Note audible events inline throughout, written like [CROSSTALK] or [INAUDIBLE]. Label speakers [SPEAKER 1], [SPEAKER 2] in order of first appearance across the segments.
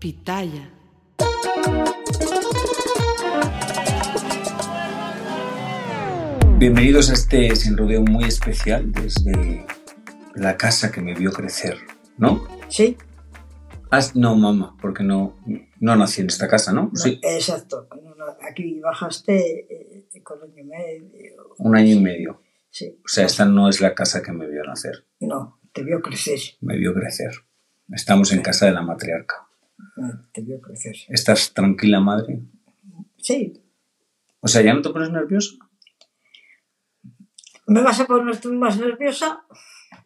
[SPEAKER 1] Pitaya.
[SPEAKER 2] Bienvenidos a este sin rodeo muy especial desde la casa que me vio crecer, ¿no?
[SPEAKER 3] Sí,
[SPEAKER 2] As- no, mamá, porque no, no nací en esta casa, ¿no?
[SPEAKER 3] no,
[SPEAKER 2] Sí,
[SPEAKER 3] exacto. No, no, Aquí bajaste eh, con año y medio.
[SPEAKER 2] un año y medio.
[SPEAKER 3] Sí,
[SPEAKER 2] O sea, esta no es la casa que me vio nacer,
[SPEAKER 3] no, te vio crecer.
[SPEAKER 2] me vio crecer. Estamos en casa de la matriarca.
[SPEAKER 3] no, Te vio crecer.
[SPEAKER 2] ¿Estás tranquila, madre?
[SPEAKER 3] Sí,
[SPEAKER 2] O sea, ¿ya no te pones nerviosa?
[SPEAKER 3] ¿me vas a poner tú más nerviosa?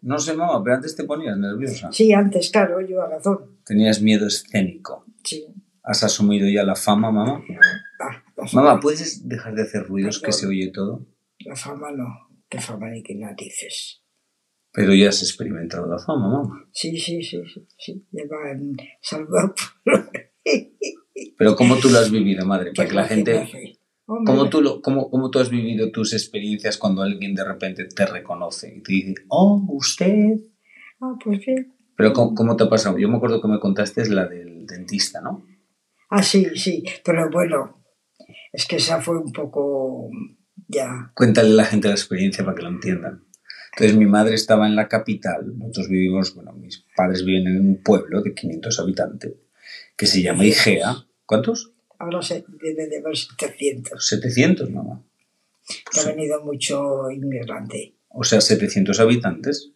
[SPEAKER 2] No sé, mamá, pero antes te ponías nerviosa.
[SPEAKER 3] Sí, antes, claro, yo a razón.
[SPEAKER 2] Tenías miedo escénico.
[SPEAKER 3] Sí.
[SPEAKER 2] ¿Has asumido ya la fama, mamá?
[SPEAKER 3] Ah, la, fama,
[SPEAKER 2] Mamá, ¿puedes dejar de hacer ruidos que se oye todo?
[SPEAKER 3] la fama no, que fama ni que narices.
[SPEAKER 2] Pero ya has experimentado la fama, mamá.
[SPEAKER 3] Sí, sí, sí, sí, sí. Lleva en salvar.
[SPEAKER 2] Pero ¿cómo tú lo has vivido, madre? Para que la gente... ¿Cómo
[SPEAKER 3] Hombre,
[SPEAKER 2] tú, lo- cómo, cómo tú has vivido tus experiencias cuando alguien de repente te reconoce y te dice, oh, usted?
[SPEAKER 3] Ah, pues bien.
[SPEAKER 2] Pero ¿cómo, cómo te ha pasado? Yo me acuerdo que me contaste la del dentista, ¿no?
[SPEAKER 3] Ah, sí, sí, pero bueno, es que esa fue un poco ya
[SPEAKER 2] Cuéntale a la gente la experiencia para que lo entiendan. Entonces mi madre estaba en la capital, nosotros vivimos, bueno, mis padres viven en un pueblo de 500 habitantes que se llama Igea. ¿Cuántos?
[SPEAKER 3] Ahora se debe de haber 700.
[SPEAKER 2] 700, mamá.
[SPEAKER 3] que Ha venido mucho inmigrante.
[SPEAKER 2] o sea, 700 habitantes.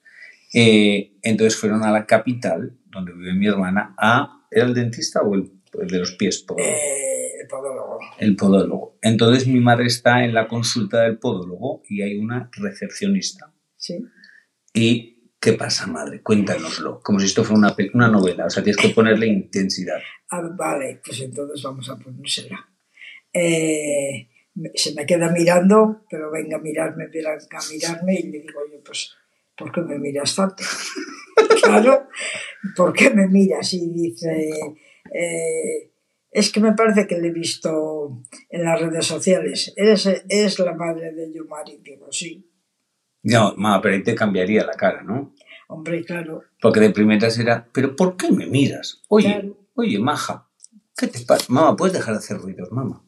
[SPEAKER 2] Eh, entonces fueron a la capital, donde vive mi hermana, a... ¿Era el dentista o el, el de los pies? Podólogo?
[SPEAKER 3] Eh, el podólogo.
[SPEAKER 2] El podólogo. Entonces mi madre está en la consulta del podólogo y hay una recepcionista.
[SPEAKER 3] Sí.
[SPEAKER 2] ¿Y qué pasa, madre? Cuéntanoslo, como si esto fuera una, pe- una novela. O sea, tienes que ponerle intensidad.
[SPEAKER 3] Ah, vale, pues entonces vamos a ponérsela. Eh, me- se me queda mirando, pero venga a mirarme, venga a mirarme y le digo yo, pues, ¿por qué me miras tanto? [LAUGHS] claro, ¿por qué me miras? Y dice, eh, es que me parece que le he visto en las redes sociales. ¿Eres, eres la madre de Yomari? Digo, sí.
[SPEAKER 2] No, mamá, pero ahí te cambiaría la cara, ¿no?
[SPEAKER 3] Hombre, claro,
[SPEAKER 2] Porque de primeras era, ¿pero por qué me miras? Oye,
[SPEAKER 3] Claro.
[SPEAKER 2] oye, maja, ¿qué te pasa? Mamá, ¿puedes dejar de hacer ruidos, mamá?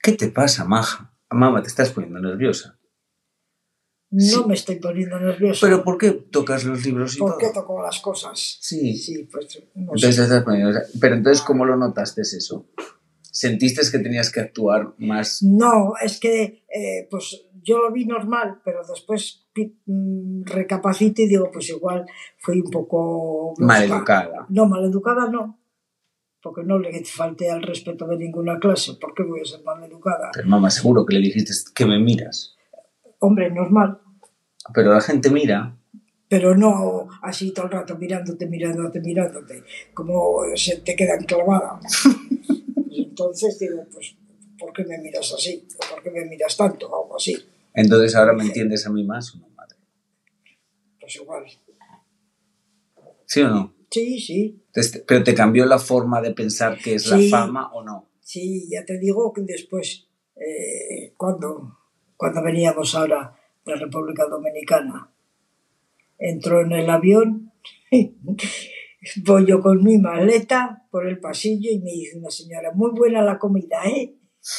[SPEAKER 2] ¿Qué te pasa, maja? Mamá, te estás poniendo nerviosa.
[SPEAKER 3] No
[SPEAKER 2] Sí.
[SPEAKER 3] me estoy poniendo nervioso.
[SPEAKER 2] ¿Pero por qué tocas los libros y
[SPEAKER 3] ¿Por
[SPEAKER 2] todo?
[SPEAKER 3] qué toco las cosas?
[SPEAKER 2] Sí.
[SPEAKER 3] Sí, pues no
[SPEAKER 2] Entonces
[SPEAKER 3] sé.
[SPEAKER 2] te estás poniendo nerviosa. Pero entonces, ¿cómo lo notaste eso? ¿Sentiste que tenías que actuar más?
[SPEAKER 3] No, es que eh, pues yo lo vi normal, pero después pi- mm, recapacito y digo, pues igual fui un poco... brusca.
[SPEAKER 2] Maleducada.
[SPEAKER 3] No, maleducada no. Porque no le falté al respeto de ninguna clase. ¿Por qué voy a ser maleducada?
[SPEAKER 2] Pero mamá, seguro que le dijiste que me miras.
[SPEAKER 3] Hombre, normal.
[SPEAKER 2] Pero la gente mira.
[SPEAKER 3] Pero no así todo el rato mirándote, mirándote, mirándote. Como se te queda enclavada. Pues entonces digo, pues, ¿por qué me miras así? ¿O ¿Por qué me miras tanto? O algo así.
[SPEAKER 2] Entonces ahora me entiendes a mí más o no, madre.
[SPEAKER 3] Pues igual.
[SPEAKER 2] ¿Sí o no?
[SPEAKER 3] Sí, sí.
[SPEAKER 2] Entonces, pero te cambió la forma de pensar que es la
[SPEAKER 3] Sí.
[SPEAKER 2] fama o no.
[SPEAKER 3] Sí, ya te digo que después, eh, cuando, cuando veníamos ahora de República Dominicana, entró en el avión, [LAUGHS] voy yo con mi maleta por el pasillo y me dice una señora, muy buena la comida, ¿eh? [LAUGHS]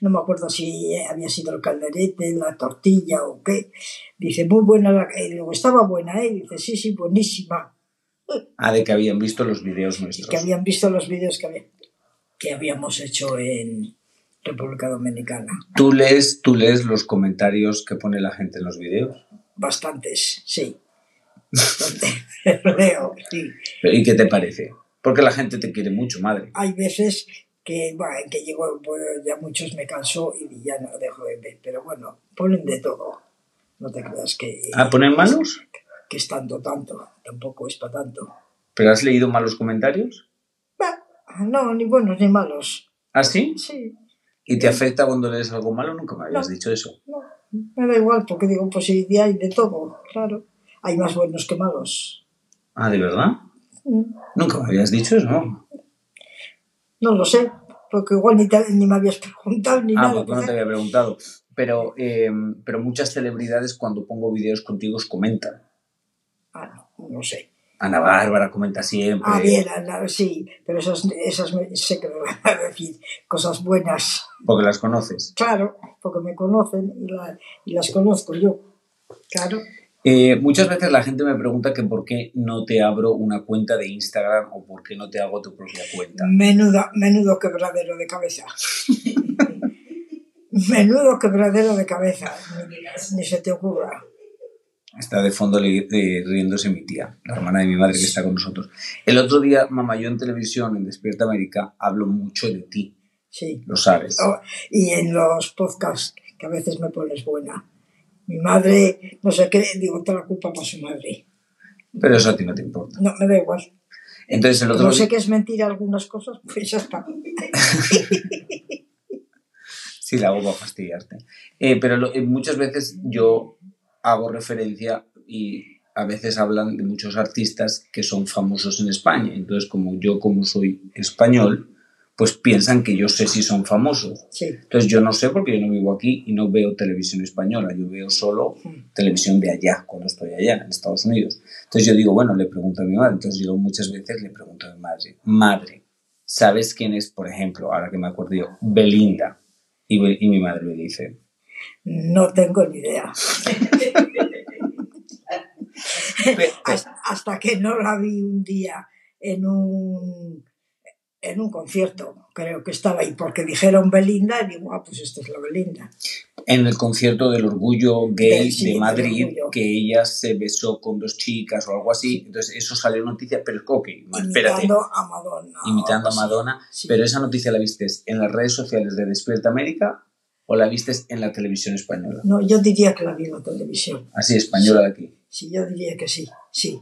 [SPEAKER 3] No me acuerdo si había sido el calderete, la tortilla o qué. Dice, muy buena la... Y digo, estaba buena, ¿eh? Dice, sí, sí, buenísima.
[SPEAKER 2] Ah, de que habían visto los videos
[SPEAKER 3] y
[SPEAKER 2] nuestros.
[SPEAKER 3] que habían visto los vídeos que, había- que habíamos hecho en República Dominicana.
[SPEAKER 2] ¿Tú lees, ¿Tú lees los comentarios que pone la gente en los videos?
[SPEAKER 3] Bastantes, sí.
[SPEAKER 2] [LAUGHS]
[SPEAKER 3] [LAUGHS] Bastante. Leo, sí.
[SPEAKER 2] ¿Y qué te parece? Porque la gente te quiere mucho, madre.
[SPEAKER 3] Hay veces que, bueno, que llego, bueno, ya muchos me cansó y ya no dejo de ver. Pero bueno, ponen de todo. No te creas que,
[SPEAKER 2] ¿Ah, ponen malos?
[SPEAKER 3] que es tanto, tanto. Tampoco es para tanto.
[SPEAKER 2] ¿Pero has leído malos comentarios?
[SPEAKER 3] Bah, Ah, No, ni buenos ni malos.
[SPEAKER 2] ¿Ah, sí?
[SPEAKER 3] Sí,
[SPEAKER 2] ¿Y te afecta cuando lees algo malo? Nunca me habías dicho eso.
[SPEAKER 3] no, me da igual, porque digo, pues sí, hay de todo, claro. Hay más buenos que malos.
[SPEAKER 2] Ah, ¿de verdad?
[SPEAKER 3] Mm.
[SPEAKER 2] Nunca me habías dicho eso, ¿no?
[SPEAKER 3] No lo sé, porque igual ni, te- ni me habías preguntado ni
[SPEAKER 2] Ah,
[SPEAKER 3] nada.
[SPEAKER 2] porque no te
[SPEAKER 3] ¿verdad?
[SPEAKER 2] había preguntado. Pero, eh, pero muchas celebridades cuando pongo videos contigo os comentan.
[SPEAKER 3] Ah, no, no sé.
[SPEAKER 2] Ana Bárbara comenta siempre.
[SPEAKER 3] Ah, bien, Ana, sí, pero esas, esas me- sé que me van a decir cosas buenas.
[SPEAKER 2] Porque las conoces.
[SPEAKER 3] Claro, porque me conocen y, la- y las conozco yo. Claro.
[SPEAKER 2] Eh, muchas veces la gente me pregunta que por qué no te abro una cuenta de Instagram o por qué no te hago tu propia cuenta.
[SPEAKER 3] Menuda, menudo quebradero de cabeza. [LAUGHS] menudo quebradero de cabeza. Ni, ni se te ocurra.
[SPEAKER 2] Está de fondo le- eh, riéndose mi tía, la hermana de mi madre que está con nosotros. El otro día, mamá, yo en televisión, en Despierta América, hablo mucho de ti,
[SPEAKER 3] Sí.
[SPEAKER 2] lo sabes.
[SPEAKER 3] Oh, y en los podcasts, que a veces me pones buena. Mi madre, no sé qué, digo, toda la culpa para su madre.
[SPEAKER 2] Pero eso a ti no te importa.
[SPEAKER 3] No, me da igual.
[SPEAKER 2] Entonces el otro
[SPEAKER 3] No sé
[SPEAKER 2] día-
[SPEAKER 3] que es mentira algunas cosas, pues ya está.
[SPEAKER 2] Sí, la hago para fastidiarte. Eh, pero lo- eh, muchas veces yo hago referencia y a veces hablan de muchos artistas que son famosos en España. Entonces, como yo, como soy español, pues piensan que yo sé si son famosos.
[SPEAKER 3] Sí,
[SPEAKER 2] Entonces, yo no sé porque yo no vivo aquí y no veo televisión española. Yo veo solo televisión de allá, cuando estoy allá, en Estados Unidos. Entonces, yo digo, bueno, le pregunto a mi madre. Entonces, yo muchas veces le pregunto a mi madre, madre, ¿sabes quién es, por ejemplo, ahora que me acuerdo yo, Belinda? Y, ve- y mi madre me
[SPEAKER 3] [LAUGHS]
[SPEAKER 2] dice,
[SPEAKER 3] no tengo ni idea.
[SPEAKER 2] "Pe- pe-
[SPEAKER 3] Hasta, hasta que no la vi un día en un, en un concierto, creo que estaba ahí, porque dijeron Belinda, y digo, ah, pues esta es la Belinda.
[SPEAKER 2] en el concierto del orgullo gay
[SPEAKER 3] Del- sí,
[SPEAKER 2] de
[SPEAKER 3] del
[SPEAKER 2] Madrid,
[SPEAKER 3] orgullo.
[SPEAKER 2] que ella se besó con dos chicas o algo así, entonces eso salió en noticia, pero ok, ma- espérate,
[SPEAKER 3] Imitando a Madonna.
[SPEAKER 2] Ah, imitando a
[SPEAKER 3] o algo así.
[SPEAKER 2] Madonna,
[SPEAKER 3] Sí.
[SPEAKER 2] pero esa noticia la vistes en las redes sociales de Despierta América o la vistes en la televisión española,
[SPEAKER 3] No, yo diría que la vi en la televisión.
[SPEAKER 2] así española de aquí.
[SPEAKER 3] Sí, yo diría que sí, sí.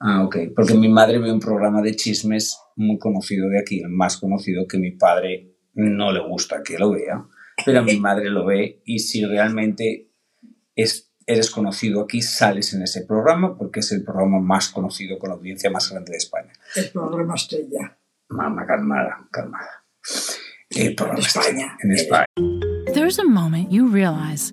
[SPEAKER 2] Ah, ok, porque mi madre ve un programa de chismes muy conocido de aquí, el más conocido que mi padre no le gusta que lo vea, pero a
[SPEAKER 3] [LAUGHS]
[SPEAKER 2] mi madre lo ve y si realmente es, eres conocido aquí, sales en ese programa porque es el programa más conocido con la audiencia más grande de España.
[SPEAKER 3] El programa estrella.
[SPEAKER 2] Mamá, calmada, calmada. El programa
[SPEAKER 3] En
[SPEAKER 2] está
[SPEAKER 3] España.
[SPEAKER 2] En España.
[SPEAKER 4] There's a moment you realize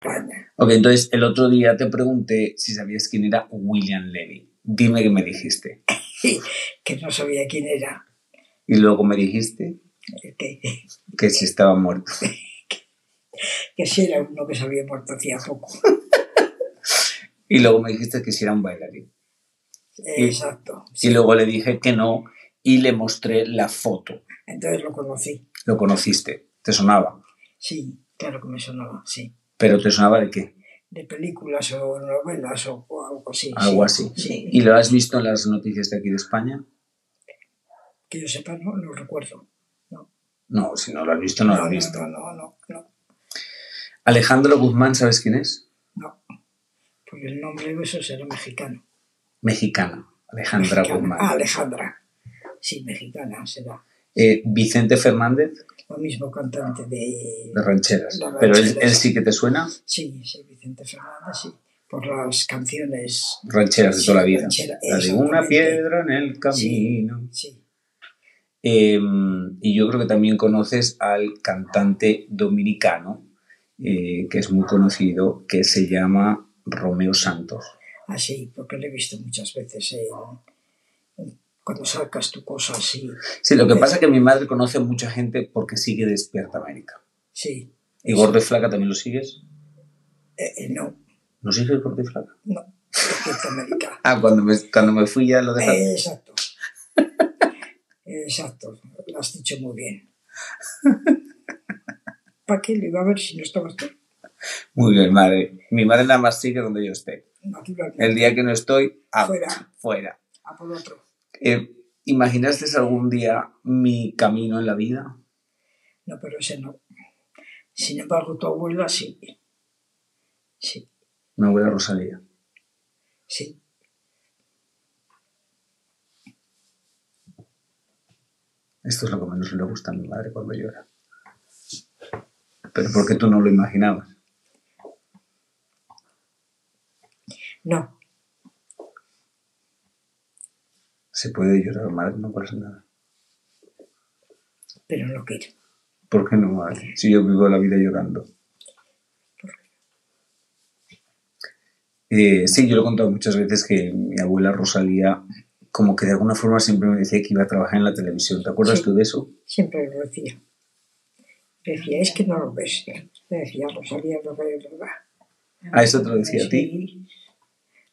[SPEAKER 3] España.
[SPEAKER 2] Ok, entonces el otro día te pregunté si sabías quién era William Levy. Dime que me dijiste.
[SPEAKER 3] Que no sabía quién era.
[SPEAKER 2] Y luego me dijiste
[SPEAKER 3] eh, Que,
[SPEAKER 2] que si estaba muerto.
[SPEAKER 3] que sí era uno que se había muerto hacía poco.
[SPEAKER 2] Y luego me dijiste que si era un bailarín. Y-
[SPEAKER 3] Exacto.
[SPEAKER 2] Y luego le dije que no y le mostré la foto.
[SPEAKER 3] Entonces lo conocí.
[SPEAKER 2] Lo conociste, te sonaba.
[SPEAKER 3] Sí, claro que me sonaba, sí.
[SPEAKER 2] Pero te sonaba de qué?
[SPEAKER 3] De películas o novelas o, o algo así.
[SPEAKER 2] Algo
[SPEAKER 3] sí.
[SPEAKER 2] así.
[SPEAKER 3] Sí.
[SPEAKER 2] ¿Y lo has visto en las noticias de aquí de España?
[SPEAKER 3] Que yo sepa, no, no recuerdo.
[SPEAKER 2] No, si no lo has visto, no, lo has visto.
[SPEAKER 3] No, no, no, no.
[SPEAKER 2] Alejandro Guzmán, ¿sabes quién es?
[SPEAKER 3] no. Porque el nombre de eso será mexicano.
[SPEAKER 2] Mexicana. Alejandra
[SPEAKER 3] Mexicana.
[SPEAKER 2] Guzmán.
[SPEAKER 3] Ah, Alejandra. Sí, mexicana será.
[SPEAKER 2] Eh, Vicente Fernández,
[SPEAKER 3] Lo mismo cantante de.
[SPEAKER 2] de Rancheras.
[SPEAKER 3] De Rancheras.
[SPEAKER 2] Pero él, él sí que te suena.
[SPEAKER 3] Sí, sí, Vicente Fernández, sí. Por las canciones.
[SPEAKER 2] Rancheras de toda la vida.
[SPEAKER 3] Ranchera,
[SPEAKER 2] La de una
[SPEAKER 3] exactamente.
[SPEAKER 2] piedra en el camino.
[SPEAKER 3] Sí.
[SPEAKER 2] Eh, y yo creo que también conoces al cantante dominicano, eh, que es muy conocido, que se llama Romeo Santos.
[SPEAKER 3] Así, porque lo he visto muchas veces en- cuando sacas tu cosa así.
[SPEAKER 2] Sí, lo que pasa es que mi madre conoce a mucha gente porque sigue Despierta América.
[SPEAKER 3] Sí.
[SPEAKER 2] ¿Y Gordo y Flaca también lo sigues?
[SPEAKER 3] Eh, eh, no,
[SPEAKER 2] ¿No sigues Gordo y Flaca?
[SPEAKER 3] no. Despierta
[SPEAKER 2] [LAUGHS]
[SPEAKER 3] América.
[SPEAKER 2] Ah, cuando me, cuando me fui ya lo dejaste.
[SPEAKER 3] Eh, exacto. Eh, Exacto. Lo has dicho muy bien. ¿Para qué le iba a ver si no estabas tú?
[SPEAKER 2] Muy bien, madre. Mi madre nada más sigue donde yo esté.
[SPEAKER 3] Naturalmente.
[SPEAKER 2] El día que no estoy, ah,
[SPEAKER 3] Fuera.
[SPEAKER 2] fuera.
[SPEAKER 3] A por otro.
[SPEAKER 2] Eh, ¿Imaginaste algún día mi camino en la vida?
[SPEAKER 3] No, pero ese no. Sin embargo, tu abuela sí. Sí,
[SPEAKER 2] Mi abuela Rosalía.
[SPEAKER 3] sí.
[SPEAKER 2] Esto es lo que menos le gusta a mi madre cuando llora. Pero porque tú no lo imaginabas.
[SPEAKER 3] No,
[SPEAKER 2] Se puede llorar, madre, no pasa nada.
[SPEAKER 3] pero no quiero.
[SPEAKER 2] ¿Por qué no, madre? Si yo vivo la vida llorando. Eh, sí, yo lo he contado muchas veces que mi abuela Rosalía, como que de alguna forma siempre me decía que iba a trabajar en la televisión. ¿Te acuerdas
[SPEAKER 3] Sí.
[SPEAKER 2] tú de eso?
[SPEAKER 3] Siempre lo decía. Decía, es que no lo ves. Me decía, Rosalía, no veo nada.
[SPEAKER 2] Ah, eso te lo decía a ti.
[SPEAKER 3] Sí.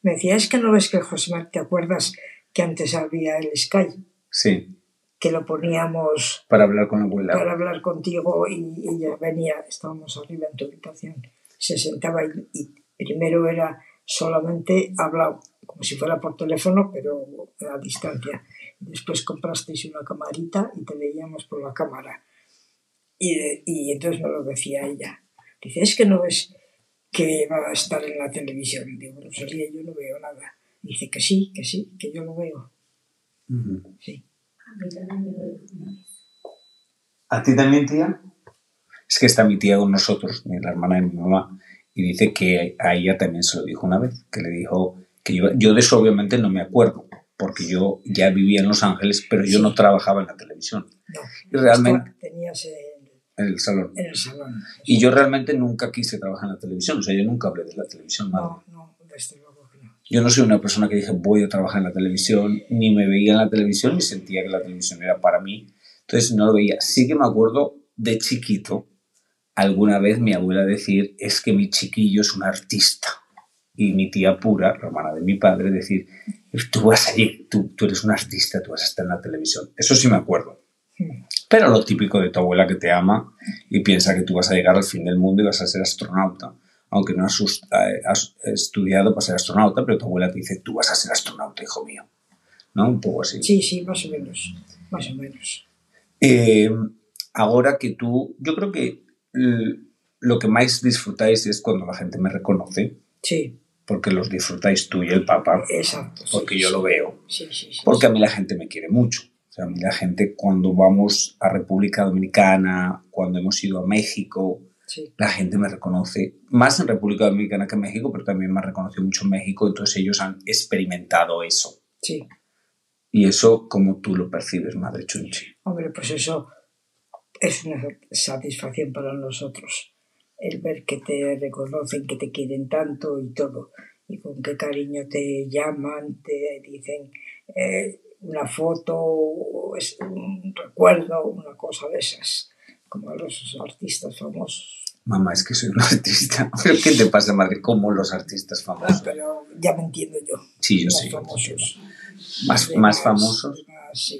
[SPEAKER 3] Me decía, es que no ves que José Mar, ¿te acuerdas que antes había el Sky?
[SPEAKER 2] Sí,
[SPEAKER 3] Que lo poníamos
[SPEAKER 2] para hablar con la abuela.
[SPEAKER 3] para hablar contigo y ella venía, estábamos arriba en tu habitación, se sentaba y, y primero era solamente hablado, como si fuera por teléfono, pero a distancia. Después comprasteis una camarita y te veíamos por la cámara. Y, de- y entonces me lo decía ella. Dice, es que no es que va a estar en la televisión. Y digo, Rosalía, yo no veo nada. Dice que sí, que sí, que yo lo veo.
[SPEAKER 2] Ujú.
[SPEAKER 3] Sí.
[SPEAKER 2] ¿A ti también, tía? Es que está mi tía con nosotros, mi- la hermana de mi mamá, y dice que a ella también se lo dijo una vez, que le dijo que yo, yo de eso obviamente no me acuerdo, porque yo ya vivía en Los Ángeles, pero yo
[SPEAKER 3] Sí.
[SPEAKER 2] no trabajaba en la televisión,
[SPEAKER 3] No,
[SPEAKER 2] Y realmente-
[SPEAKER 3] Esta tenías en,
[SPEAKER 2] en el salón.
[SPEAKER 3] en el salón.
[SPEAKER 2] Y yo realmente nunca quise trabajar en la televisión, o sea, yo nunca hablé de la televisión, madre.
[SPEAKER 3] No, no, desde luego que no.
[SPEAKER 2] Yo no soy una persona que dije voy a trabajar en la televisión, ni me veía en la televisión, ni sentía que la televisión era para mí. Entonces no lo veía. Sí que me acuerdo de chiquito, alguna vez mi abuela decir, es que mi chiquillo es un artista. Y mi tía pura, la hermana de mi padre, decir, tú vas a ir, tú, tú eres un artista, tú vas a estar en la televisión. Eso sí me acuerdo. Pero lo típico de tu abuela que te ama y piensa que tú vas a llegar al fin del mundo y vas a ser astronauta. Aunque no has, sus- eh, has estudiado para ser astronauta, pero tu abuela te dice, tú vas a ser astronauta, hijo mío. ¿No? Un poco así.
[SPEAKER 3] Sí, sí, más o menos. Más o menos.
[SPEAKER 2] Eh, ahora que tú, yo creo que l- lo que más disfrutáis es cuando la gente me reconoce,
[SPEAKER 3] Sí,
[SPEAKER 2] porque los disfrutáis tú y el papá,
[SPEAKER 3] exacto. sí,
[SPEAKER 2] porque yo lo veo,
[SPEAKER 3] Sí, sí, sí.
[SPEAKER 2] porque a mí la gente me quiere mucho. O sea, a mí la gente cuando vamos a República Dominicana, cuando hemos ido a México,
[SPEAKER 3] sí.
[SPEAKER 2] la gente me reconoce, más en República Dominicana que en México, pero también me ha reconocido mucho en México, entonces ellos han experimentado eso.
[SPEAKER 3] Sí.
[SPEAKER 2] Y eso, como tú lo percibes, madre chunchi.
[SPEAKER 3] Hombre, pues eso es una satisfacción para nosotros. El ver que te reconocen, que te quieren tanto y todo. Y con qué cariño te llaman, te dicen eh, una foto, o es un recuerdo, una cosa de esas. Como a los artistas famosos.
[SPEAKER 2] Mamá, es que soy un [LAUGHS] artista. ¿Pero qué te pasa, madre? Como los artistas
[SPEAKER 3] Ah,
[SPEAKER 2] famosos.
[SPEAKER 3] pero ya me entiendo yo.
[SPEAKER 2] Sí, yo
[SPEAKER 3] Más
[SPEAKER 2] sí.
[SPEAKER 3] famosos.
[SPEAKER 2] Más,
[SPEAKER 3] De
[SPEAKER 2] más famosos.
[SPEAKER 3] de más, sí.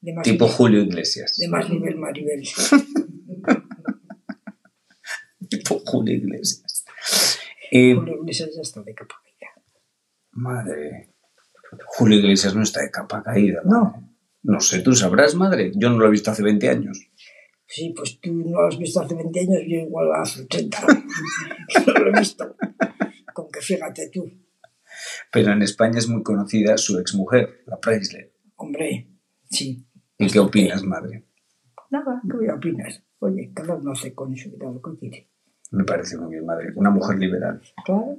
[SPEAKER 3] De más
[SPEAKER 2] Tipo
[SPEAKER 3] nivel-
[SPEAKER 2] Julio Iglesias.
[SPEAKER 3] De más nivel, Maribel.
[SPEAKER 2] [LAUGHS] Tipo Julio Iglesias. Eh,
[SPEAKER 3] Julio Iglesias ya está de capa caída.
[SPEAKER 2] madre. Julio Iglesias no está de capa caída. madre. No sé, tú sabrás, madre. Yo no lo he visto hace 20 años.
[SPEAKER 3] Sí, pues tú no lo has visto hace 20 años, yo igual hace 80. [LAUGHS] no lo he visto. Con que fíjate tú.
[SPEAKER 2] Pero en España es muy conocida su exmujer, la Presley.
[SPEAKER 3] Hombre, sí.
[SPEAKER 2] ¿Y qué opinas, madre?
[SPEAKER 3] Nada, ¿qué voy a opinar? Oye, cada uno hace con su vida lo que quiere.
[SPEAKER 2] Me parece muy bien, madre. Una mujer liberal.
[SPEAKER 3] Claro.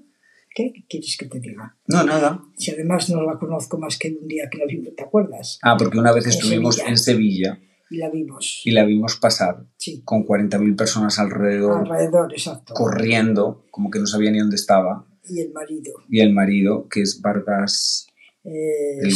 [SPEAKER 3] ¿Qué quieres que te diga?
[SPEAKER 2] No, nada.
[SPEAKER 3] Si además no la conozco más que un día que la vimos, ¿te acuerdas?
[SPEAKER 2] Ah, porque una vez
[SPEAKER 3] En
[SPEAKER 2] estuvimos
[SPEAKER 3] Sevilla.
[SPEAKER 2] en Sevilla
[SPEAKER 3] Y la vimos.
[SPEAKER 2] y la vimos pasar
[SPEAKER 3] Sí,
[SPEAKER 2] con 40.000 personas alrededor,
[SPEAKER 3] alrededor, exacto.
[SPEAKER 2] corriendo, como que no sabía ni dónde estaba.
[SPEAKER 3] Y el marido.
[SPEAKER 2] Y el marido, que es Vargas,
[SPEAKER 3] eh,
[SPEAKER 2] el,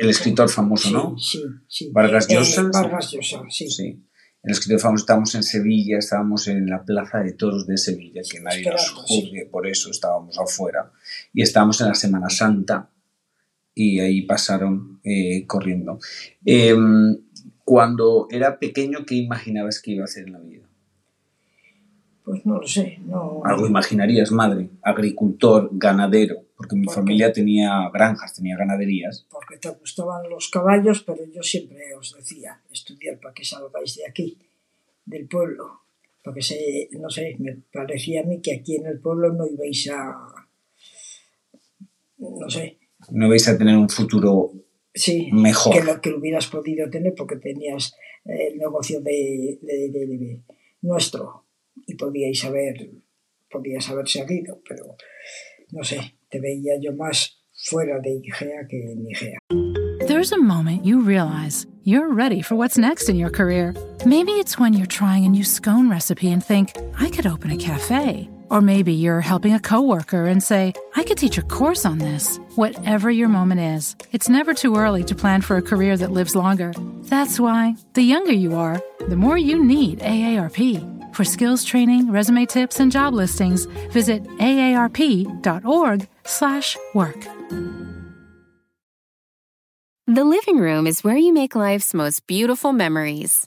[SPEAKER 2] el escritor famoso,
[SPEAKER 3] sí,
[SPEAKER 2] ¿no?
[SPEAKER 3] Sí, sí.
[SPEAKER 2] Vargas
[SPEAKER 3] Eh,
[SPEAKER 2] Llosa, ¿sí?
[SPEAKER 3] Vargas Llosa, sí.
[SPEAKER 2] Sí. El escritor famoso, estábamos en Sevilla, estábamos en la Plaza de Toros de Sevilla, que nadie nos
[SPEAKER 3] Esperando, sí.
[SPEAKER 2] juzgue, por eso estábamos afuera. Y estábamos en la Semana Santa y ahí pasaron eh, corriendo. Em, cuando era pequeño, ¿qué imaginabas que iba a hacer en la vida?
[SPEAKER 3] Pues no lo sé, no.
[SPEAKER 2] Algo imaginarías, madre, agricultor, ganadero, porque mi
[SPEAKER 3] ¿Por qué?
[SPEAKER 2] familia tenía granjas, tenía ganaderías.
[SPEAKER 3] Porque te gustaban los caballos, pero yo siempre os decía, estudiar para que salgáis de aquí, del pueblo. Porque se, no sé, me parecía a mí que aquí en el pueblo no ibais a. No sé,
[SPEAKER 2] No vais a tener un futuro
[SPEAKER 3] sí,
[SPEAKER 2] mejor.
[SPEAKER 3] que lo que lo hubieras podido tener porque tenías eh, el negocio de, de- de- de- nuestro y podíais haber podías haber seguido pero no sé te veía yo más fuera de IGEA que en IGEA
[SPEAKER 4] There's a moment you realize you're ready for what's next in your career. Maybe it's when you're trying a new scone recipe and think, I could open a cafe. Or maybe you're helping a coworker and say, I could teach a course on this. Whatever your moment is, it's never too early to plan for a career that lives longer. That's why, the younger you are, the more you need AARP. For skills training, resume tips, and job listings, visit aarp.org slash work.
[SPEAKER 5] The living room is where you make life's most beautiful memories.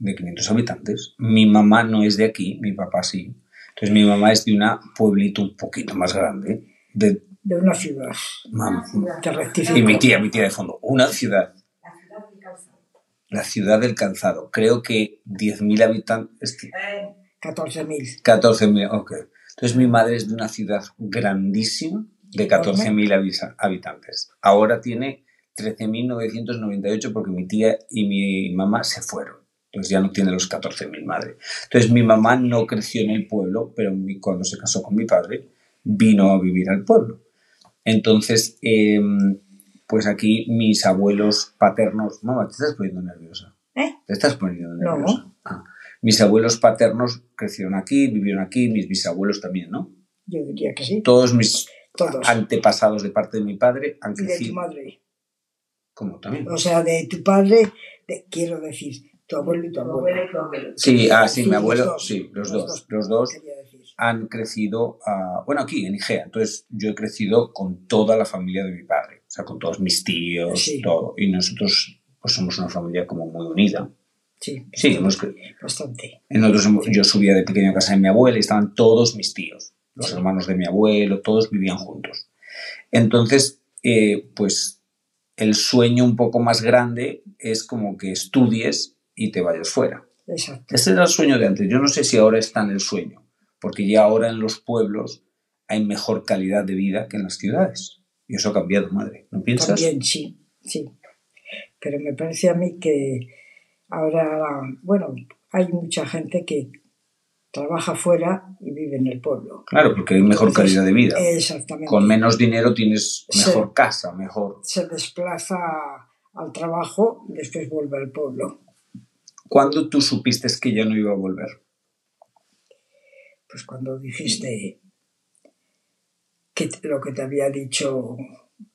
[SPEAKER 2] de 500 habitantes. Mi mamá no es de aquí, mi papá sí. Entonces mi mamá es de un pueblito un poquito más grande. De,
[SPEAKER 3] de una ciudad
[SPEAKER 2] mam-
[SPEAKER 3] te rectifico
[SPEAKER 2] y mi tía, mi tía de fondo, una ciudad. La ciudad del calzado. Creo que 10.000 habitantes,
[SPEAKER 3] 14.000
[SPEAKER 2] 14.000, ok. Entonces mi madre es de una ciudad grandísima de 14.000 habisa- habitantes. Ahora tiene 13.998 porque mi tía y mi mamá se fueron. Entonces ya no tiene los 14.000 madre. Entonces mi mamá no creció en el pueblo, pero mi- cuando se casó con mi padre vino a vivir al pueblo. Entonces, eh, pues aquí mis abuelos paternos... Mamá, te estás poniendo nerviosa.
[SPEAKER 3] ¿Eh?
[SPEAKER 2] ¿Te estás poniendo
[SPEAKER 3] No.
[SPEAKER 2] nerviosa? Ah. Mis abuelos paternos crecieron aquí, vivieron aquí, mis bisabuelos también, ¿no?
[SPEAKER 3] yo diría que sí
[SPEAKER 2] Todos mis
[SPEAKER 3] todos
[SPEAKER 2] Ah, antepasados de parte de mi padre han
[SPEAKER 3] y de tu
[SPEAKER 2] crecido.
[SPEAKER 3] madre
[SPEAKER 2] ¿Cómo también?
[SPEAKER 3] o sea de tu padre de- quiero decir tu abuelo y tu abuela
[SPEAKER 2] Sí, ah, sí,
[SPEAKER 3] Sí,
[SPEAKER 2] mi
[SPEAKER 3] los
[SPEAKER 2] abuelo,
[SPEAKER 3] dos.
[SPEAKER 2] sí, los
[SPEAKER 3] Los
[SPEAKER 2] dos,
[SPEAKER 3] dos.
[SPEAKER 2] los dos
[SPEAKER 3] quería decir
[SPEAKER 2] han crecido, ah, bueno, aquí, en Igea. Entonces, yo he crecido con toda la familia de mi padre, o sea, con todos mis tíos,
[SPEAKER 3] Sí.
[SPEAKER 2] todo. Y nosotros, pues somos una familia como muy unida.
[SPEAKER 3] sí
[SPEAKER 2] Sí, hemos, cre-
[SPEAKER 3] bastante
[SPEAKER 2] En otros, hemos- yo subía de pequeño a casa de mi abuela y estaban todos mis tíos, los hermanos de mi abuelo, todos vivían juntos. Entonces, eh, pues el sueño un poco más grande es como que estudies y te vayas fuera.
[SPEAKER 3] exacto
[SPEAKER 2] Ese era el sueño de antes. Yo no sé si ahora está en el sueño, porque ya ahora en los pueblos hay mejor calidad de vida que en las ciudades. Y eso ha cambiado, madre. ¿No piensas?
[SPEAKER 3] También, sí, sí. Pero me parece a mí que ahora, bueno, hay mucha gente que trabaja fuera y vive en el pueblo.
[SPEAKER 2] Claro, porque hay mejor
[SPEAKER 3] Entonces,
[SPEAKER 2] calidad de vida.
[SPEAKER 3] Exactamente.
[SPEAKER 2] Con menos dinero tienes mejor
[SPEAKER 3] Sí.
[SPEAKER 2] casa, mejor
[SPEAKER 3] Se desplaza al trabajo y después vuelve al pueblo.
[SPEAKER 2] ¿Cuándo tú supiste que ya no iba a volver?
[SPEAKER 3] Pues cuando dijiste que te- lo que te había dicho,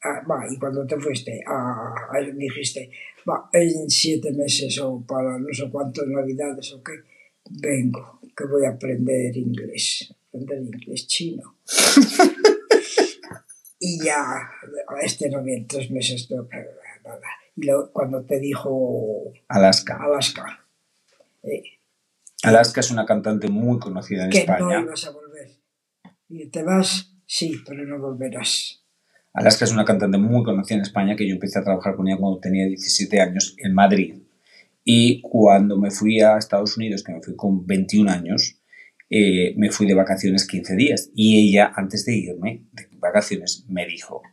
[SPEAKER 3] ah, va, y cuando te fuiste, ah, ah, dijiste, va, en siete meses o para no sé cuántas navidades o qué, vengo, que voy a aprender inglés, aprender inglés chino. y ya, a este no bien, tres meses, no, pero nada. Y luego, cuando te dijo
[SPEAKER 2] Alaska.
[SPEAKER 3] Alaska, eh,
[SPEAKER 2] Alaska es una cantante muy conocida en
[SPEAKER 3] que no
[SPEAKER 2] España.
[SPEAKER 3] ibas a volver. Y te vas, sí, pero no volverás.
[SPEAKER 2] Alaska es una cantante muy conocida en España que yo empecé a trabajar con ella cuando tenía 17 años en Madrid. Y cuando me fui a Estados Unidos, que me fui con 21 años, eh, me fui de vacaciones 15 días. Y ella, antes de irme de vacaciones, me dijo,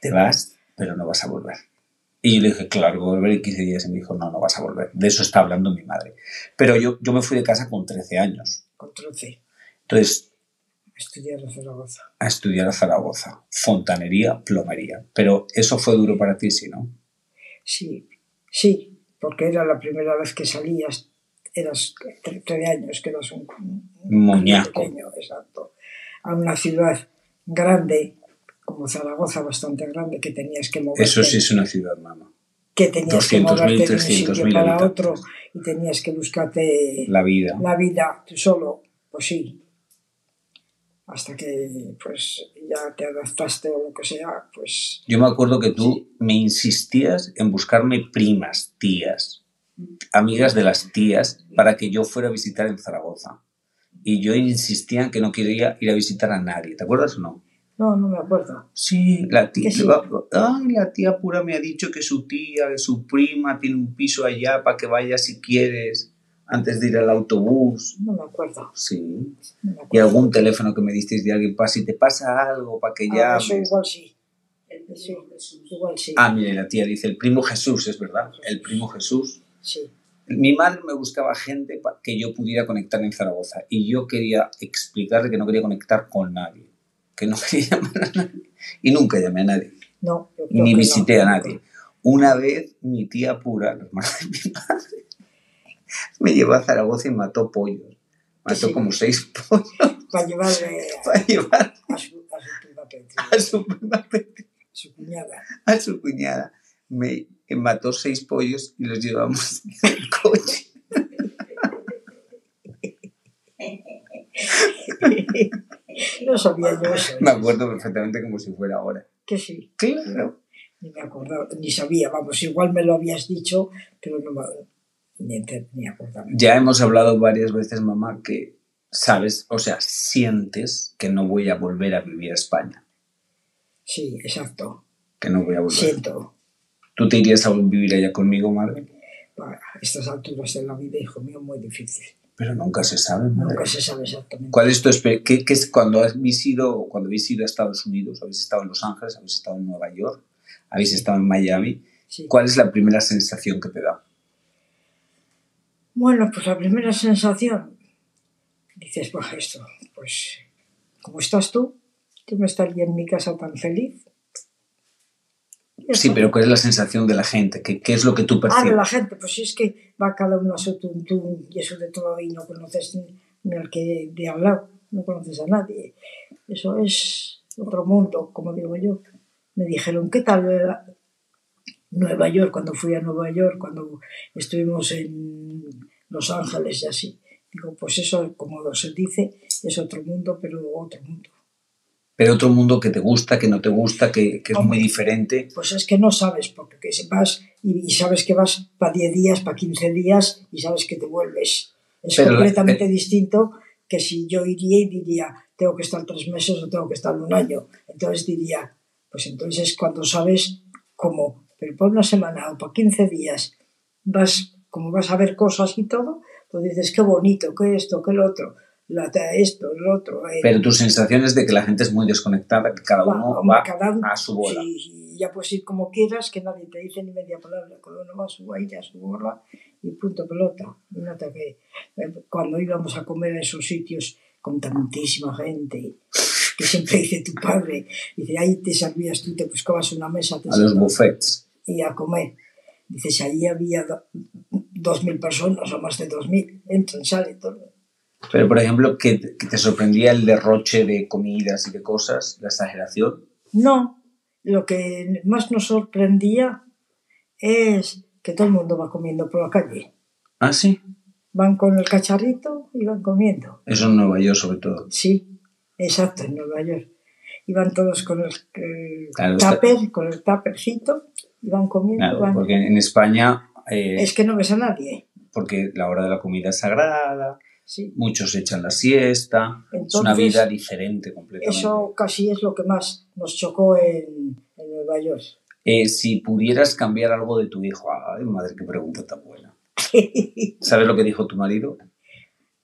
[SPEAKER 2] te vas, pero no vas a volver. Y yo le dije, claro, voy a volver en 15 días. Y me dijo, no, no vas a volver. De eso está hablando mi madre. Pero yo, yo me fui de casa con 13 años.
[SPEAKER 3] Con 13,
[SPEAKER 2] Entonces,
[SPEAKER 3] estudiar en Zaragoza.
[SPEAKER 2] a estudiar a Zaragoza. Fontanería, plomería. Pero eso fue duro para ti, ¿sí, no?
[SPEAKER 3] Sí, sí, porque era la primera vez que salías, eras 13 años, que eras un, un
[SPEAKER 2] Moñaco.
[SPEAKER 3] pequeño, exacto, a una ciudad grande, como Zaragoza, bastante grande, que tenías que moverte.
[SPEAKER 2] Eso sí es una ciudad, mamá.
[SPEAKER 3] que tenías que
[SPEAKER 2] 200.000,
[SPEAKER 3] moverte de un
[SPEAKER 2] 300.000
[SPEAKER 3] sitio para
[SPEAKER 2] habitantes.
[SPEAKER 3] otro y tenías que buscarte
[SPEAKER 2] La vida.
[SPEAKER 3] la vida tú solo, pues sí. Hasta que pues ya te adaptaste o lo que sea, pues
[SPEAKER 2] Yo me acuerdo que tú me insistías en buscarme primas, tías, amigas de las tías, para que yo fuera a visitar en Zaragoza. Y yo insistía en que no quería ir a visitar a nadie. ¿Te acuerdas o no?
[SPEAKER 3] no, no me acuerdo.
[SPEAKER 2] Sí, la tía.
[SPEAKER 3] Que sí.
[SPEAKER 2] va- ay, la tía pura me ha dicho que su tía, que su prima tiene un piso allá para que vayas si quieres, antes de ir al autobús.
[SPEAKER 3] No me acuerdo.
[SPEAKER 2] Sí.
[SPEAKER 3] No me acuerdo.
[SPEAKER 2] Y algún teléfono que me disteis de alguien, para si te pasa algo, para que
[SPEAKER 3] Ah,
[SPEAKER 2] ya...
[SPEAKER 3] eso igual sí. Eso, igual sí.
[SPEAKER 2] Ah, mire, la tía dice, el primo Jesús, es verdad, el primo Jesús.
[SPEAKER 3] sí.
[SPEAKER 2] Mi madre me buscaba gente para que yo pudiera conectar en Zaragoza y yo quería explicarle que no quería conectar con nadie, que no [LAUGHS] quería llamar a nadie. Y nunca llamé a nadie,
[SPEAKER 3] No, yo creo
[SPEAKER 2] ni
[SPEAKER 3] que
[SPEAKER 2] visité
[SPEAKER 3] no.
[SPEAKER 2] a nadie. Una vez mi tía pura, la hermana de mi padre, [LAUGHS] me llevó a Zaragoza y mató pollos. Mató
[SPEAKER 3] Pues Sí.
[SPEAKER 2] como seis [LAUGHS] pollos
[SPEAKER 3] Para llevarle
[SPEAKER 2] para llevar
[SPEAKER 3] a, a su, a su prima
[SPEAKER 2] [LAUGHS]
[SPEAKER 3] Petri,
[SPEAKER 2] a su prima
[SPEAKER 3] a su cuñada.
[SPEAKER 2] a su cuñada. Me eh, mató seis pollos y los llevamos [LAUGHS] en el coche.
[SPEAKER 3] No sabía yo eso. ¿eh?
[SPEAKER 2] Me acuerdo perfectamente como si fuera ahora.
[SPEAKER 3] Que sí.
[SPEAKER 2] Claro.
[SPEAKER 3] Ni me acordaba, ni sabía, vamos, igual me lo habías dicho, pero no me ni, ente- ni acordaba.
[SPEAKER 2] Ya hemos hablado varias veces, mamá, que sabes, o sea, sientes que no voy a volver a vivir a España.
[SPEAKER 3] Sí, exacto.
[SPEAKER 2] Que no voy a volver.
[SPEAKER 3] Siento.
[SPEAKER 2] ¿Tú te irías a vivir allá conmigo, madre?
[SPEAKER 3] Para estas alturas de la vida, hijo mío, muy difícil.
[SPEAKER 2] Pero nunca se sabe, madre.
[SPEAKER 3] Nunca se sabe exactamente.
[SPEAKER 2] ¿Cuál es tu exper- qué, qué es cuando habéis ido, cuando habéis ido a Estados Unidos, habéis estado en Los Ángeles, habéis estado en Nueva York, habéis estado en Miami?
[SPEAKER 3] Sí.
[SPEAKER 2] ¿Cuál es la primera sensación que te da?
[SPEAKER 3] Bueno, pues la primera sensación, dices, baja esto, pues, ¿cómo estás tú? Yo no estaría en mi casa tan feliz. Ya
[SPEAKER 2] Sí,
[SPEAKER 3] está.
[SPEAKER 2] pero ¿cuál es la sensación de la gente? ¿Qué, qué es lo que tú
[SPEAKER 3] Ah, de
[SPEAKER 2] percibes?
[SPEAKER 3] la gente, pues es que va cada uno a su tuntún y eso de todo y no conoces ni, ni al que de al lado, no conoces a nadie. Eso es otro mundo, como digo yo. Me dijeron, ¿qué tal era Nueva York? Cuando fui a Nueva York, cuando estuvimos en Los Ángeles y así. Digo, pues eso, como se dice, es otro mundo, pero otro mundo.
[SPEAKER 2] Pero otro mundo que te gusta, que no te gusta, que, que es
[SPEAKER 3] Hombre.
[SPEAKER 2] muy diferente.
[SPEAKER 3] Pues es que no sabes, porque que se- vas y, y sabes que vas para 10 días, para 15 días y sabes que te vuelves. Es
[SPEAKER 2] Pero eh, la-
[SPEAKER 3] completamente distinto que si yo iría y diría, tengo que estar tres meses o tengo que estar un año. Entonces diría, pues entonces cuando sabes cómo, pero para una semana o para 15 días, vas, como vas a ver cosas y todo, pues dices, qué bonito, qué esto, qué lo otro, la, esto, lo otro. eh,
[SPEAKER 2] Pero tu sensación es de que la gente es muy desconectada, que cada
[SPEAKER 3] Va,
[SPEAKER 2] uno
[SPEAKER 3] hombre,
[SPEAKER 2] va
[SPEAKER 3] cada uno,
[SPEAKER 2] a su bola.
[SPEAKER 3] sí, y ya puedes ir como quieras, que nadie te dice ni media palabra. Cada uno va a su baile, a su gorra y punto pelota. Y nota que eh, cuando íbamos a comer a esos sitios con tantísima gente, que siempre dice tu padre, dice, ahí te servías tú, te buscabas una mesa te
[SPEAKER 2] A los
[SPEAKER 3] sentabas
[SPEAKER 2] buffets.
[SPEAKER 3] y a comer. Dices, allí había do- dos mil personas o más de dos mil, entran, salen, todo.
[SPEAKER 2] Pero, por ejemplo, que, te- que te sorprendía el derroche de comidas y de cosas, la exageración.
[SPEAKER 3] No, lo que más nos sorprendía es que todo el mundo va comiendo por la calle.
[SPEAKER 2] Ah, sí.
[SPEAKER 3] Van con el cacharrito y van comiendo.
[SPEAKER 2] Eso en Nueva York, sobre todo.
[SPEAKER 3] Sí, exacto, en Nueva York. Iban todos con el, el
[SPEAKER 2] Claro, está-
[SPEAKER 3] tupper, con el tuppercito, y van comiendo.
[SPEAKER 2] Claro,
[SPEAKER 3] van-
[SPEAKER 2] porque en España, eh,
[SPEAKER 3] Es que no ves a nadie.
[SPEAKER 2] porque la hora de la comida es sagrada,
[SPEAKER 3] Sí.
[SPEAKER 2] muchos echan la siesta, es una
[SPEAKER 3] Entonces,
[SPEAKER 2] vida diferente completamente.
[SPEAKER 3] Eso casi es lo que más nos chocó en, en Nueva York.
[SPEAKER 2] Eh, si pudieras cambiar algo de tu hijo, ay madre, qué pregunta tan
[SPEAKER 3] [LAUGHS]
[SPEAKER 2] buena. ¿Sabes lo que dijo tu marido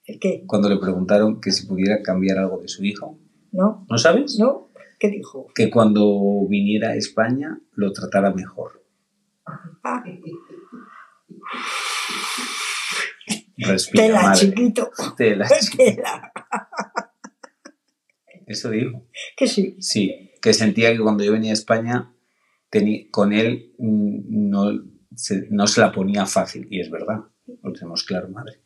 [SPEAKER 3] ¿El qué?
[SPEAKER 2] cuando le preguntaron que si pudiera cambiar algo de su hijo?
[SPEAKER 3] ¿No?
[SPEAKER 2] ¿No sabes?
[SPEAKER 3] ¿No? ¿Qué dijo?
[SPEAKER 2] Que cuando viniera a España lo tratara mejor.
[SPEAKER 3] Ah,
[SPEAKER 2] Respira,
[SPEAKER 3] tela,
[SPEAKER 2] madre.
[SPEAKER 3] chiquito. [LAUGHS]
[SPEAKER 2] Tela, chica.
[SPEAKER 3] Tela.
[SPEAKER 2] Eso dijo.
[SPEAKER 3] Que sí.
[SPEAKER 2] Sí, que sentía que cuando yo venía a España teni- con él mm, no se, no se la ponía fácil. Y es verdad, lo tenemos claro, madre.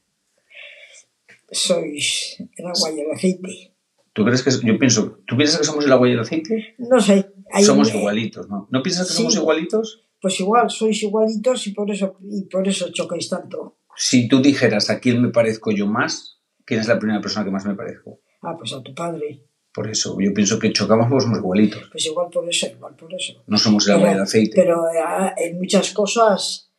[SPEAKER 3] Sois el agua y el aceite.
[SPEAKER 2] ¿Tú crees que es- yo pienso, ¿tú piensas que somos el agua y el aceite?
[SPEAKER 3] No sé. hay-
[SPEAKER 2] somos igualitos, ¿no? ¿No piensas que
[SPEAKER 3] Sí.
[SPEAKER 2] somos igualitos?
[SPEAKER 3] Pues igual, sois igualitos y por eso, y por eso chocáis tanto.
[SPEAKER 2] Si tú dijeras a quién me parezco yo más, ¿quién es la primera persona que más me parezco?
[SPEAKER 3] Ah, pues a tu padre.
[SPEAKER 2] Por eso, yo pienso que chocamos porque somos igualitos.
[SPEAKER 3] Pues igual por eso, igual por eso.
[SPEAKER 2] No somos el agua y el aceite.
[SPEAKER 3] Pero eh, en muchas cosas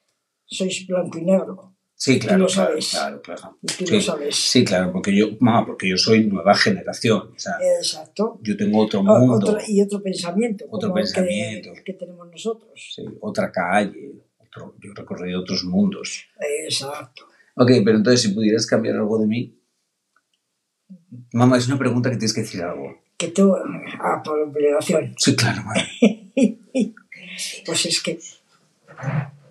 [SPEAKER 3] sois blanco y negro.
[SPEAKER 2] Sí, claro,
[SPEAKER 3] lo
[SPEAKER 2] claro,
[SPEAKER 3] sabes.
[SPEAKER 2] claro, claro.
[SPEAKER 3] Y tú
[SPEAKER 2] Sí.
[SPEAKER 3] lo sabes.
[SPEAKER 2] Sí, claro, porque yo, mamá, porque yo soy nueva generación. O sea,
[SPEAKER 3] Exacto.
[SPEAKER 2] yo tengo otro
[SPEAKER 3] O-
[SPEAKER 2] mundo,
[SPEAKER 3] otro- y otro pensamiento.
[SPEAKER 2] Otro
[SPEAKER 3] como el que-
[SPEAKER 2] pensamiento.
[SPEAKER 3] El que, tenemos nosotros.
[SPEAKER 2] sí, otra calle, otro, yo recorrí otros mundos.
[SPEAKER 3] Exacto.
[SPEAKER 2] Ok, pero entonces si pudieras cambiar algo de mí. Mamá, es una pregunta que tienes que decir algo.
[SPEAKER 3] Que tú, ah, por obligación.
[SPEAKER 2] Sí, claro, madre.
[SPEAKER 3] Pues es que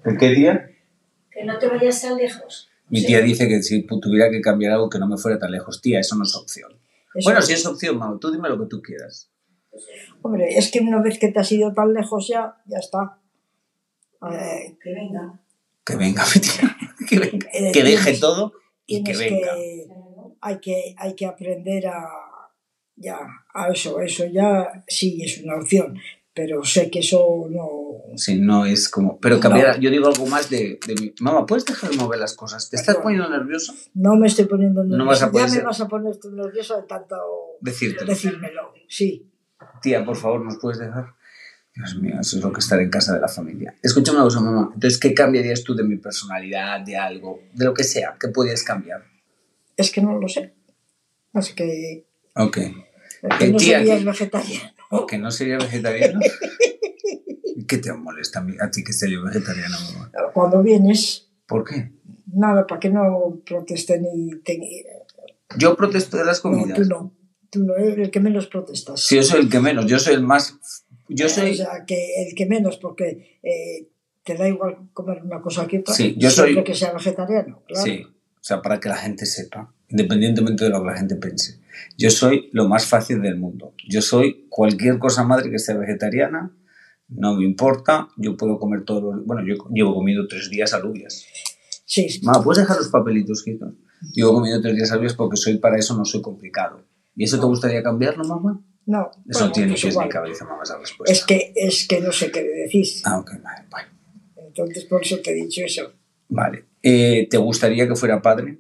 [SPEAKER 2] ¿Por qué, tía?
[SPEAKER 1] Que no te vayas tan lejos.
[SPEAKER 2] Mi
[SPEAKER 1] Sí.
[SPEAKER 2] tía dice que si pu- tuviera que cambiar algo que no me fuera tan lejos. Tía, eso no es opción.
[SPEAKER 3] eso-
[SPEAKER 2] bueno, si es opción, mamá, tú dime lo que tú quieras.
[SPEAKER 3] Hombre, es que una vez que te has ido tan lejos ya, ya está. Eh,
[SPEAKER 1] Que venga.
[SPEAKER 2] Que venga, mi tía. [LAUGHS] Que venga.
[SPEAKER 3] Eh,
[SPEAKER 2] Que
[SPEAKER 3] tienes-
[SPEAKER 2] deje todo y que
[SPEAKER 3] tienes
[SPEAKER 2] venga.
[SPEAKER 3] hay que hay que aprender a ya a eso, eso ya sí es una opción, pero sé que eso no
[SPEAKER 2] Sí, no es como. Pero
[SPEAKER 3] No.
[SPEAKER 2] cambiar. Yo digo algo más de, de mi. Mamá, ¿puedes dejar de mover las cosas? ¿Te estás
[SPEAKER 3] Perdón.
[SPEAKER 2] poniendo nerviosa?
[SPEAKER 3] no me estoy poniendo
[SPEAKER 2] No
[SPEAKER 3] nerviosa.
[SPEAKER 2] vas a poder
[SPEAKER 3] ya
[SPEAKER 2] ser-
[SPEAKER 3] me vas a poner tú nerviosa de tanto
[SPEAKER 2] Decírtelo.
[SPEAKER 3] decírmelo. Sí,
[SPEAKER 2] Tía, por favor, ¿nos puedes dejar? Dios mío, eso es lo que es estar en casa de la familia. Escúchame una cosa, mamá. Entonces, ¿qué cambiarías tú de mi personalidad, de algo, de lo que sea? ¿Qué podías cambiar?
[SPEAKER 3] es que no lo sé. Es que,
[SPEAKER 2] Ok.
[SPEAKER 3] es que
[SPEAKER 2] Eh,
[SPEAKER 3] no
[SPEAKER 2] tía,
[SPEAKER 3] serías
[SPEAKER 2] que-
[SPEAKER 3] vegetariano.
[SPEAKER 2] ¿Que no sería vegetariano? [LAUGHS] ¿Qué te molesta a, mí- a ti que sea yo vegetariano, mamá?
[SPEAKER 3] Cuando vienes,
[SPEAKER 2] ¿Por qué?
[SPEAKER 3] nada, para que no proteste ni te-
[SPEAKER 2] Yo protesto de las
[SPEAKER 3] no, tú
[SPEAKER 2] comidas.
[SPEAKER 3] no. Tú no, eres el que menos protestas.
[SPEAKER 2] Si yo soy el que menos, yo soy el más. Yo
[SPEAKER 3] O
[SPEAKER 2] soy.
[SPEAKER 3] sea, que el que menos, porque eh, te da igual comer una cosa que otra,
[SPEAKER 2] Sí, yo
[SPEAKER 3] siempre
[SPEAKER 2] soy-
[SPEAKER 3] que sea vegetariano, claro.
[SPEAKER 2] Sí, o sea, para que la gente sepa, independientemente de lo que la gente piense. Yo soy lo más fácil del mundo. Yo soy cualquier cosa madre que sea vegetariana, no me importa, yo puedo comer todos los... Bueno, yo llevo comido tres días alubias.
[SPEAKER 3] Sí, sí.
[SPEAKER 2] Ma, ¿puedes dejar los papelitos, Kiko? Llevo comido tres días alubias porque soy para eso, no soy complicado. ¿Y eso te gustaría cambiarlo, mamá?
[SPEAKER 3] no,
[SPEAKER 2] Eso
[SPEAKER 3] bueno,
[SPEAKER 2] no tiene
[SPEAKER 3] pues
[SPEAKER 2] pies ni
[SPEAKER 3] igual.
[SPEAKER 2] cabeza, mamá, esa respuesta.
[SPEAKER 3] es que, es que no sé qué decís,
[SPEAKER 2] Ah, ok, vale. vale.
[SPEAKER 3] entonces por eso te he dicho eso.
[SPEAKER 2] Vale. Eh, ¿Te gustaría que fuera padre?